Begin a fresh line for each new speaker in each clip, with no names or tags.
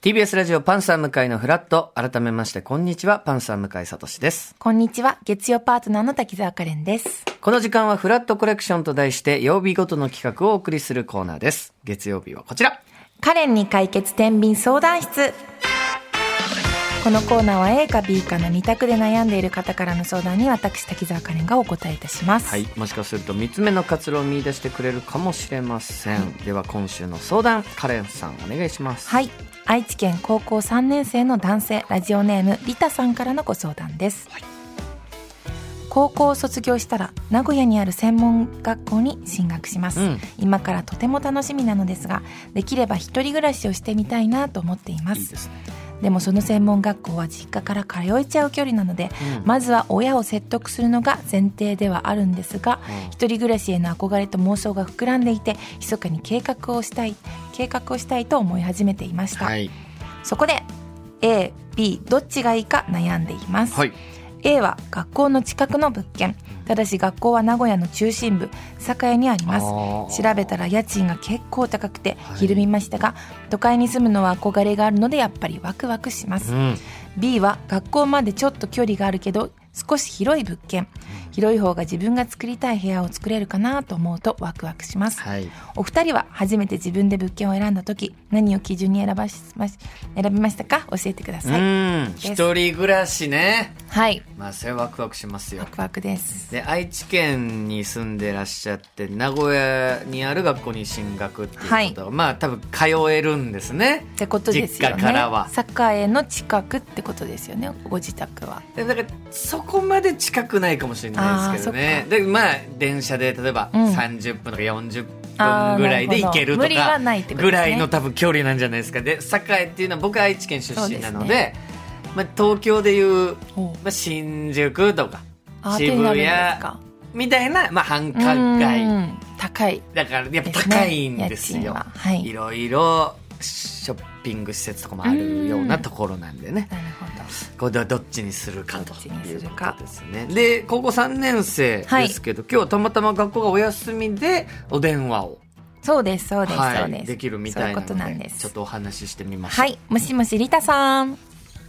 TBS ラジオパンサー向井のフラット。改めまして、こんにちは。パンサー向井聡です。
こんにちは。月曜パートナーの滝沢カレンです。
この時間はフラットコレクションと題して、曜日ごとの企画をお送りするコーナーです。月曜日はこちら。
カレンに解決天秤相談室。このコーナーは A か B かの2択で悩んでいる方からの相談に私滝沢カレンがお答えいたします。
はい。もしかすると、三つ目の活路を見出してくれるかもしれません。では、今週の相談、カレンさん、お願いします。
はい。愛知県高校3年生の男性、ラジオネーム、リタさんからのご相談です。
はい
高校を卒業したら、名古屋にある専門学校に進学します。
うん
今からとても楽しみなのですが、できれば一人暮らしをしてみたいなと思っていま
いい
す。
ですね。
でもその専門学校は実家から通えちゃう距離なので、
うん
まずは親を説得するのが前提ではあるんですが、
うん
一人暮らしへの憧れと妄想が膨らんでいて密かに計画をしたい計画をしたいと思い始めていました、
はい。
そこで AB どっちがいいか悩んでいます、
はい。
A は学校の近くの物件ただし学校は名古屋の中心部栄にあります
す
調べたら家賃が結構高くて
はい
ひるみましたが、都会に住むのは憧れがあるのでやっぱりワクワクします、
うん。
B は学校までちょっと距離があるけど少し広い物件広い方が自分が作りたい部屋を作れるかなと思うとワクワクします
はい。
お二人は初めて自分で物件を選んだ時何を基準に選ばしまし選びましたか教えてください、
うん。
す
一人暮らしね。
はい
まあ、それはワクワクしますよ
ワ。クワクです
で愛知県に住んでらっしゃって名古屋にある学校に進学っていうことは、
はい
まあ多分通えるんですね
ってことですよね
実家からは
栄の近くってことですよねご自宅は
でだからそこまで近くないかもしれないですけどね
あー
でまあ電車で例えば
うん
30分とか40分
あー
ぐらいで
なるほど
行けると
無理は
か
ないってこと
ぐ
ですね
らいの多分距離なんじゃないですかで栄っていうのは僕は愛知県出身なの
そう
で
です
まあ、東京でいう、
ほ
まあ、新宿とか
アート
渋
になるん
谷
ですか
みたいな、まあ、繁華街
うん高い
だからやっぱ
ですね
高いんです
家賃
よ。
ははいい
ろいろショッピング施設とかもあるようなところなんでね。
なるほど
これはどっちにするかと
どっちに
い
す
う
る
こ
か
とですね。で、高校3年生ですけど、今日はたまたま学校がお休みでお電話を、
そうですそうです、
は
そう
い、
です
できるみたいなの
そういうことなん
で
で
ちょ
す
っとお話ししてみましょう。
はいもしもしリタさん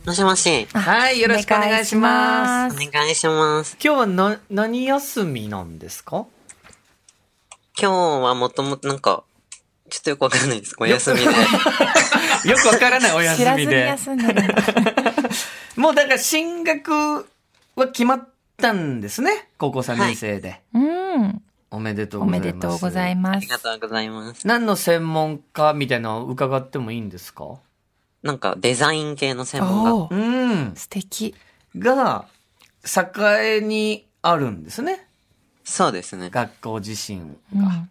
もしもし。
あ
はいよろしくお願いし
お
ま
お願いし
願いします。
今日はな何休みなんですか
今日はもともとなんか、ちょっとよくわかんないです。お休みで。
よくわからないお
ま
休
す知らず
み
に
で。
休ん でるんだ
もうだから進学は決まったんですね。高校3年生で。
うん
おめでとう
お
ございま
め
す。
でとうござい
ま
あ
ま
りが
す
とうございます。
何の専門家みたいなのを伺ってもいいんですか
なんか、デザイン系の専門
お
学
お
うん。
素敵
が、栄にあるんですね。
そうですね。
学校自身
うん
が。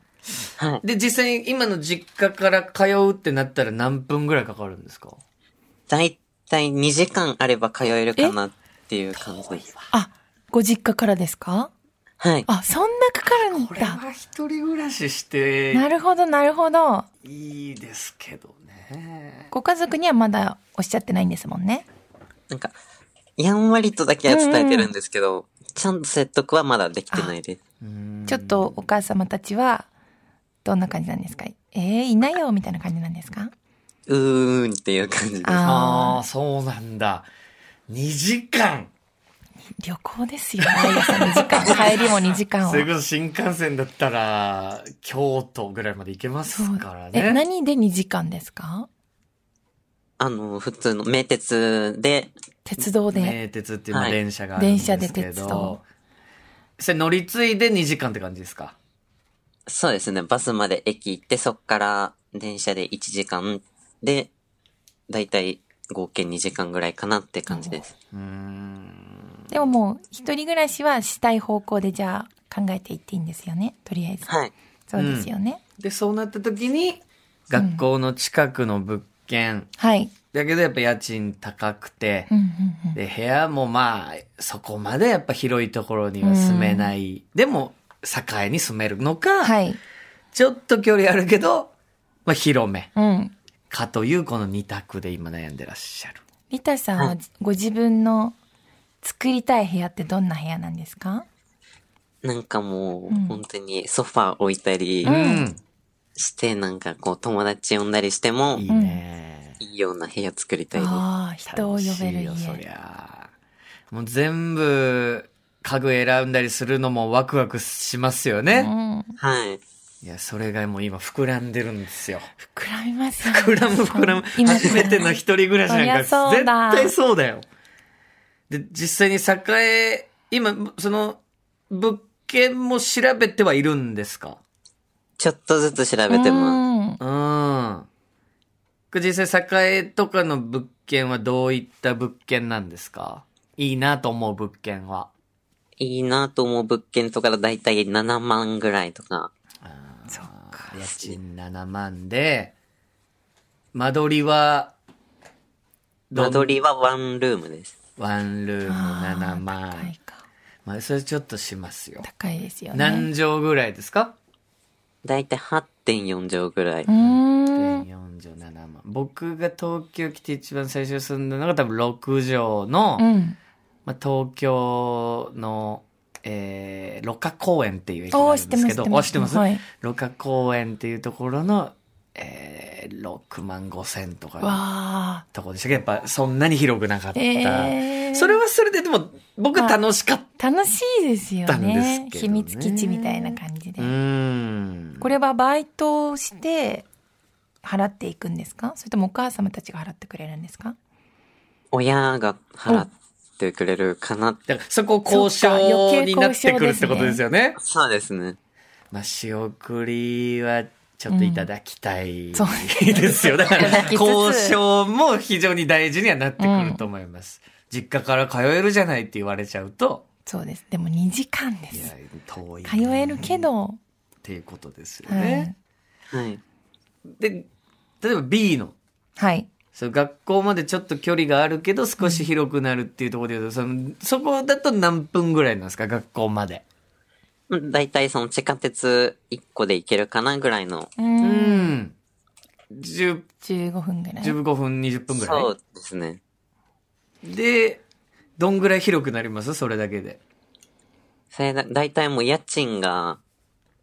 はい。
で、実際今の実家から通うってなったら何分ぐらいかかるんですか
だいたい2時間あれば通えるかなっていう感じです。
あご実家からですか
はい。
あそんなかかるん
これ
だ
は一人暮らしして
なるほどなるほど
いいですけどね。
ご家族にはまだおっしゃってないんですもんね
なんか、やんわりとだけは伝えてるんですけど、ちゃんと説得はまだできてないです。
うん
ちょっとお母様たちはどんな感じなんですかえー、いないよみたいな感じなんですか
うーんっていう感じです。
あ
ああ、そうなんだ。2時間
旅行ですよ毎朝2時間帰りも2時間を
それこそ新幹線だったら、京都ぐらいまで行けますから
え
ね。
何で2時間ですか
あの、普通の名鉄で、
鉄道で、
名鉄っていうまあ
はい
電車があるんですけど。
電車で鉄道
それ乗り継いで2時間って感じですか
そうですね。バスまで駅行って、そっから電車で1時間で、だいたい合計2時間ぐらいかなって感じです。
うーん。
でももう一人暮らしはしたい方向でじゃあ考えていっていいんですよねとりあえず、
はい。
そうですよね、
で、そうなった時に、学校の近くの物件、
はい
だけどやっぱ家賃高くて
う、んうんうん
で、部屋もまあ、そこまでやっぱ広いところには住めない。でも、栄に住めるのか、
はい
ちょっと距離あるけど、まあ広め。
うん
かというこの二択で今悩んでらっしゃる。
リタさんはご自分の作りたい部屋ってどんな部屋なんですか
なんかもう
うん、
本当にソファー置いたり
うん
うん。
して、なんかこう友達呼んだりしても
いいね。
いいような部屋作りたいです。
ああ、人を呼べる家。
楽しいよそりゃもう全部家具選んだりするのもワクワクしますよ
う
ね、
ん。
はい。
いやそれがもう今膨らんでるんですよ
膨らみますよ、ね。
膨らむ膨らむ
今
初めての一人暮らしなんか
そりゃそう
絶
だ
対そうだよで実際に栄今その物件も調べてはいるんですか
ちょっとずつ調べてます。
うん
うんこれ実際栄とかの物件はどういった物件なんですかいいなと思う物件はい
いなと思う物件とかだいたい7万ぐらいとか。
そっか。
家賃7万で、間取りは、どん
間取りはワンルームです。
ワンルーム
あー
7
高
万
い。か。
まあ、それちょっとしますよ。
高いですよね。
何畳ぐらいですか
だいたい8.4畳ぐらい。
うーん。
?47 万。僕が東京来て一番最初に住んだのが多分6畳の、
うん。
まあ、東京の、えー、六花公園っていう駅があ
おー
るんですけど、
知ってます知ってます
あ
はい
六花公園っていうところの、えー、6万5千とかの
わあ。
とこでしたけど、やっぱそんなに広くなかった。
えー
それはそれででも、僕は楽しかった。
楽しいですよ
たんです
ね。
けどね
秘密基地みたいな感じで
う。ーん。
これはバイトをして払っていくんですかそれともお母様たちが払ってくれるんですか
親が払ってくれるかな。
だからそこ交渉になってくるってことですよね。
そうですね。
まあ、仕送りは、ちょっといただきたい、
んそう
ですよ。だから、
ただきつつ
交渉も非常に大事にはなってくると思います。実家から通えるじゃないって言われちゃうと、
そうです。でも2時間で
いや
す。、
遠いな。
通えるけど、
っていうことですよ
はい
ね。
はい。
で、例えば B の
はい。
そう学校までちょっと距離があるけど少し広くなるっていうところで言うとそのそこだと何分ぐらいなんですか学校まで
だいたいその地下鉄1個で行けるかなぐらいの。
う。
うんん10
15分ぐらい。
15分20分ぐら
そうですね。
いでどんぐらい広くなりますそれだけで
それだ、だいたいもう家賃が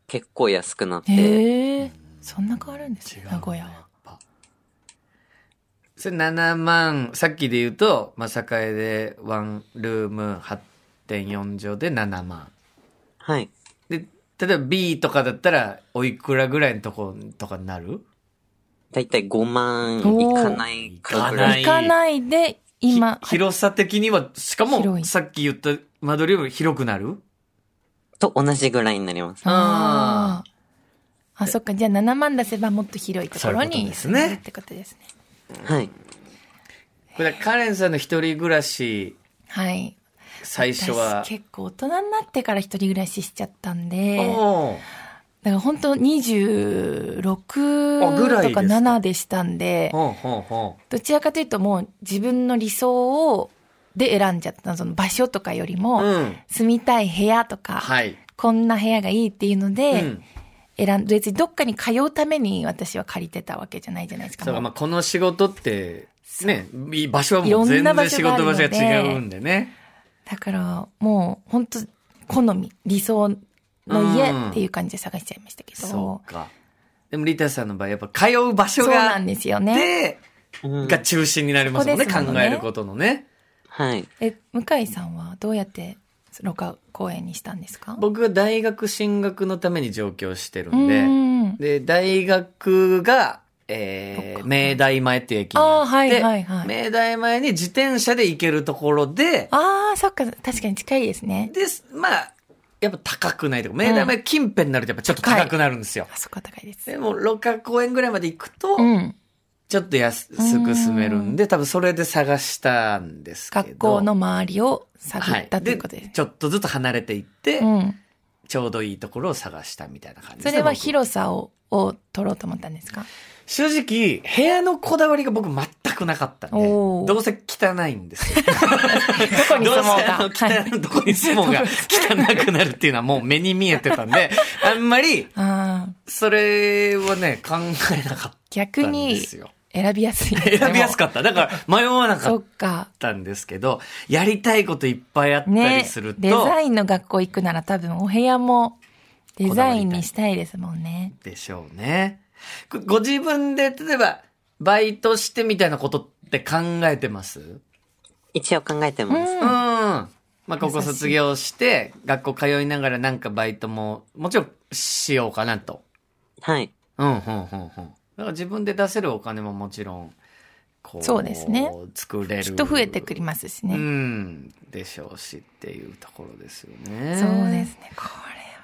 結構安くなって、
へえ。そんな変わるんですね名古屋は。
それ7万さっきで言うと、まあ、栄でワンルーム8.4畳で7万
はい。
で例えば B とかだったらおいくらぐらいのとことかになる
だいたい5万いかないかぐらい。
い
行かないで、今
ひ、広さ的には、しか
広
も、
い
さっき言った間取りより広くなる
と同じぐらいになります。
あーあ、そっか。じゃあ7万出せばもっと広いとこ
そう
ろ
いうこと
に
です
住
ね
めるってことですね。
はい。
これ、カレンさんの一人暮らし、
はい。
最初は
私。結構大人になってから一人暮らししちゃったんで、
おー
だから本当26と
あぐらいです
か
か
7でしたんで、
ほうほうほ
どちらかというともう自分の理想を、で選んじゃった。その場所とかより
う。
も、
うん。
住みたい部屋とか、
はい。
こんな部屋がいいっていうの
う
で、
ん。
選ん別にどっかに通うために私は借りてたわけじゃないじゃないですか。
そうか、
も
ま
う
あ、この仕事って、ね、いい場所はいも
ろ
うん全
な場
然
所
仕
がある
事
の
場
で
所が違うんでね。
だからもう本当好み、理想の家っていう感じで探しちゃいましたけど。
そうか。でも、リタさんの場合、やっぱ通う場所
そうな
が
ん
あ
ですよ
っ
ね。
て、
うん
が中心になりますもんね、
ここですも
考
んね
えることのね。
はい。
え、向井さんはどうやってロカ公演にしたんですか
僕が大学進学のために上京してるんで、
うん
で、大学が、
ど
えー、
っか
明大前っていう駅に
あ
あ
あ、
って、
はいはいはい。
明大前に自転車で行けるところで、
ああ、そっか、確かに近いですね。
で、まあ、やっぱ高くないとか、明大前近辺になるとやっぱちょっと高くなるんですよ。
あそこは高いです。
でも、六花公園ぐらいまで行くと、
うん。
ちょっと安く住めるんで、多分それで探したんですけど。
学校の周りを探ったということです
はい。ちょっとずつ離れていって、
うん。
ちょうどいいところを探したみたいな感じで
そ
す
れ
ね
は
僕
広さを、を取ろうと思ったんですか
正直、部屋のこだわりが僕全くなかったんで、
おー
どうせ汚いんですよ。
どこに住もう
どうせ
か。
あの
はい
汚い、どこに住も うが汚くなるっていうのはもう目に見えてたんで、あんまり、
ああ、
それはね、考えなかった
逆
んで
に
すよ。
選びやすい。
選びやすかった。だから迷わなか
そ
っ
っか。
たんですけど、やりたいこといっぱいあったり
ね
する。と、
デザインの学校行くなら多分お部屋もデザインにしたいですもんね。
でしょうね。ごご自分で、例えば、バイトしてみたいなことって考えてますうん。
一応考えてます。
うん
まあ、ここ卒業して、学校通いながらなんかバイトも、もちろんしようかなと。
はい。
うん、うん、うん、うん。だから自分で出せるお金ももちろん、こ
そうですね。
作れる。
きっと増えてくりますしね。
うん。でしょうしっていうところですよね。
そうです。ね。こ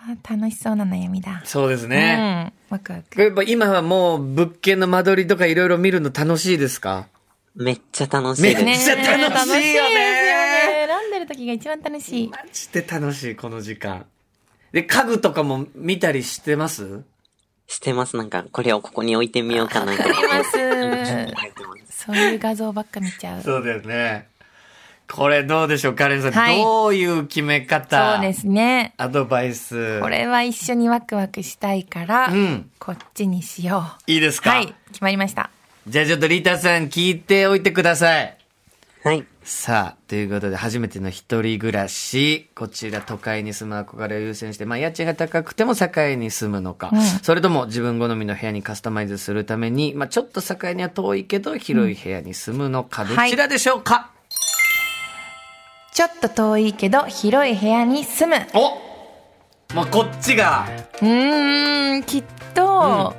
れは楽しそうな悩みだ。
そうですね。
うん。ワクワク。
やっぱ今はもう物件の間取りとかいろいろ見るの楽しいですか
めっちゃ楽しいです。
めっちゃ楽しいよね
え楽しいですよね選んでる時が一番楽しい。
マジで楽しい、この時間。で、家具とかも見たりしてます
してます。なんか、これをここに置いてみようかなとか。
ます。そういう画像ばっか見ちゃう。そう
だよね。これどうでしょうカレンさん、
はい
どういう決め方
うですね。
アドバイス。
こ。れは一緒にワクワクしたいから、
うん
こっちにしよう。
いいですか
はい、決まりました。
じゃあちょっとリータさん聞いておいてください。
はい。
さあ、ということで、初めての一人暮らし。こちら、都会に住む憧れを優先して、まあ、家賃が高くても堺に住むのか、それとも自分好みの部屋にカスタマイズするために、まあ、ちょっと堺には遠いけど、広い部屋に住むのか、どちらでしょうか、
ちょっと遠いけど広い部屋に住む。
おまあ、こっちが、
うーん、きっと、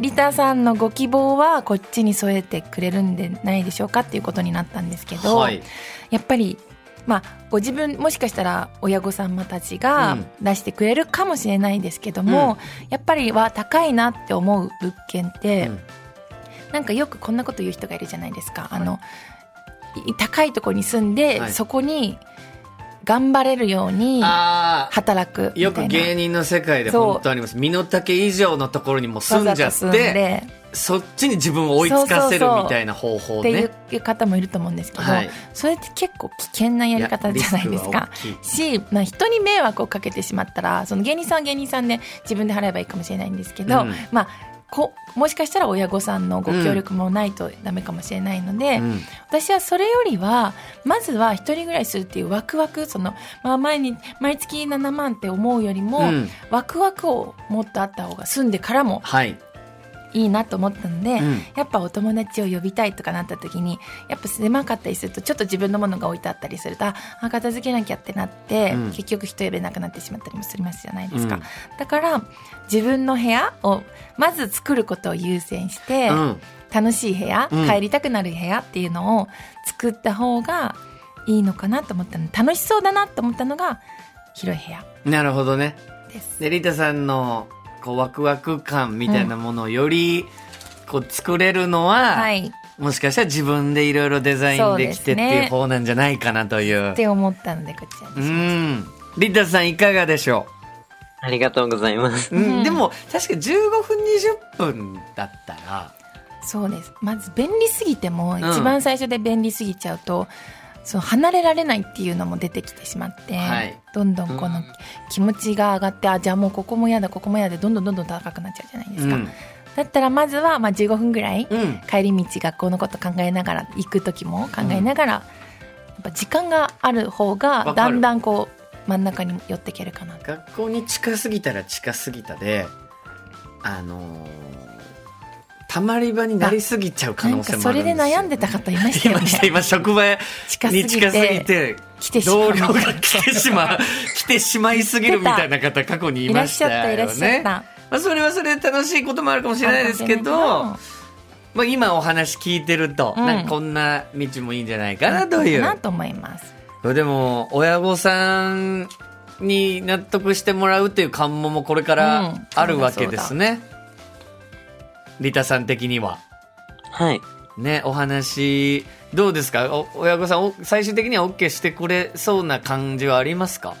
リタさんのご希望はこっちに添えてくれるんでないでしょうかっていうことになったんですけど、
はい
やっぱり、まあ、ご自分もしかしたら親御様たちが
うん
出してくれるかもしれないですけども、やっぱりは高いなって思う物件って、
うん
なんかよくこんなこと言う人がいるじゃないですか。あのい高いところに住んで、
はい
そこに頑張れるように
ああ、
働くみたいな
よく芸人の世界で本当あります。身の丈以上のところにもう住んじゃ
わ
っ
ざと住ん
て、
で
そっちに自分を追いつかせるみたいな方
っ
法
て
ね。
いう方もいると思うんですけど、
はい
それって結構危険なやり方じゃないです
いや
か
リスクは大。
し、まあ、人に迷惑をかけてしまったらその芸人さんは芸人さんで自分で払えばいいかもしれないんですけど、
うん
まあ、こもしかしたら親御さんのご協力もないとダメかもしれないので、
うん
私はそれよりはまずは一人暮らしするっていうワクワクその、まあ、毎日毎月7万って思うよりも、
うん
ワクワクをもっとあった方が住んでからも
はい。
いいなと思ったので、
うん
やっぱお友達を呼びたいとかなった時にやっぱ狭かったりするとちょっと自分のものが置いてあったりするとあ片付けなきゃってなって、
うん
結局人呼べなくなってしまったりもするますじゃないですか、
うん
だから自分の部屋をまず作ることを優先して、
うん。
楽しい部屋、
うん
帰りたくなる部屋っていうのを作った方がいいのかなと思ったの楽しそうだなと思ったのが広い部屋
なるほどね。
です。
で、リタさんの、こう、ワクワク感みたいなものをより、こう、作れるのは、
はい、っ
もしかしたら自分でいろいろデザインできてってい
そうです
う
ね
方なんじゃないかなという。う
て思ったのでこちらにしました
ん。リタさんいかがでしょ
ありがとうございます。
う、うん
うん
でも、確か15分20分だったら、
そうですまず便利すぎても、
ん
一番最初で便利すぎちゃうとその離れられないっていうのも出てきてしまって、
はい
どんどんこ
う
の
ん
気持ちが上がって、あじゃあもうここも嫌だここも嫌でどんどんどんどん高くなっちゃうじゃないですか、
うん
だったらまずはまあ15分ぐらい、
うん。
帰り道学校のこと考えながら行く時も考えながら、やっぱ時間がある方
か
が
る
だんだんこう真ん中に寄っていけるかなと
学校に近すぎたら近すぎたで、あのーたまり場になりすぎちゃう可
な
能
んか
性も
そ
ある
れ
んです
で
よ。
悩んでた方いました よ
いました、
ね
今、職場へ
近すぎ
に
て
近すぎて、
来てしまう
同僚が来てしまう、来てしまいすぎるみたいな方、過去にい
いら
ま
っ
し
したゃ
よ、
っ
ね。
たいらっしゃった
まあ、それはそれで楽しいこともあるかもしれないですけど、まあ、今お話聞いてると、
うん
なんかこんな道もいいんじゃないかなとい
な
う。
と思います
でも、親御さんに納得してもらうという関門もこれからあるわけですね。リタさん的には。
はい。
ね、お話、どうですかお親御さんお、最終的には OK してくれそうな感じはありますか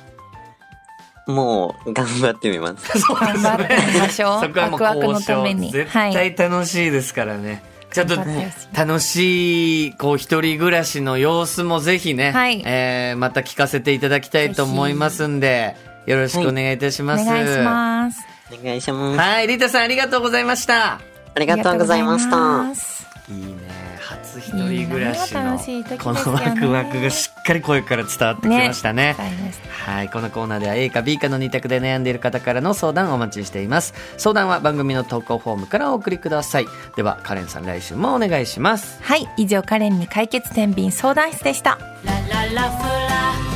もう、頑張ってみます。
そう
頑張っていきましょう
そこはもう
ワクワクの
交渉
ために
絶
はい
対楽しいですからね。ちょっと
頑張ってほしい
楽しい、こう、一人暮らしの様子もぜひね、
はい
えーまた聞かせていただきたいと思いますんで、よろしくお願いいたし
お
ます。
願いします
お願いし ます。
はい、リタさんありがとうございました。
ありがとうございました。
す
いいね。つ一人暮らし
いいな
の
楽しい時です
こ
よね
のワクワクがしっかり声から伝わってきましたね
わかりました
はいこのコーナーでは A か B かの二択で悩んでいる方からの相談をお待ちしています相談は番組の投稿フォームからお送りくださいではカレンさん来週もお願いします
はい以上カレンに解決天秤相談室でした
ラララフラ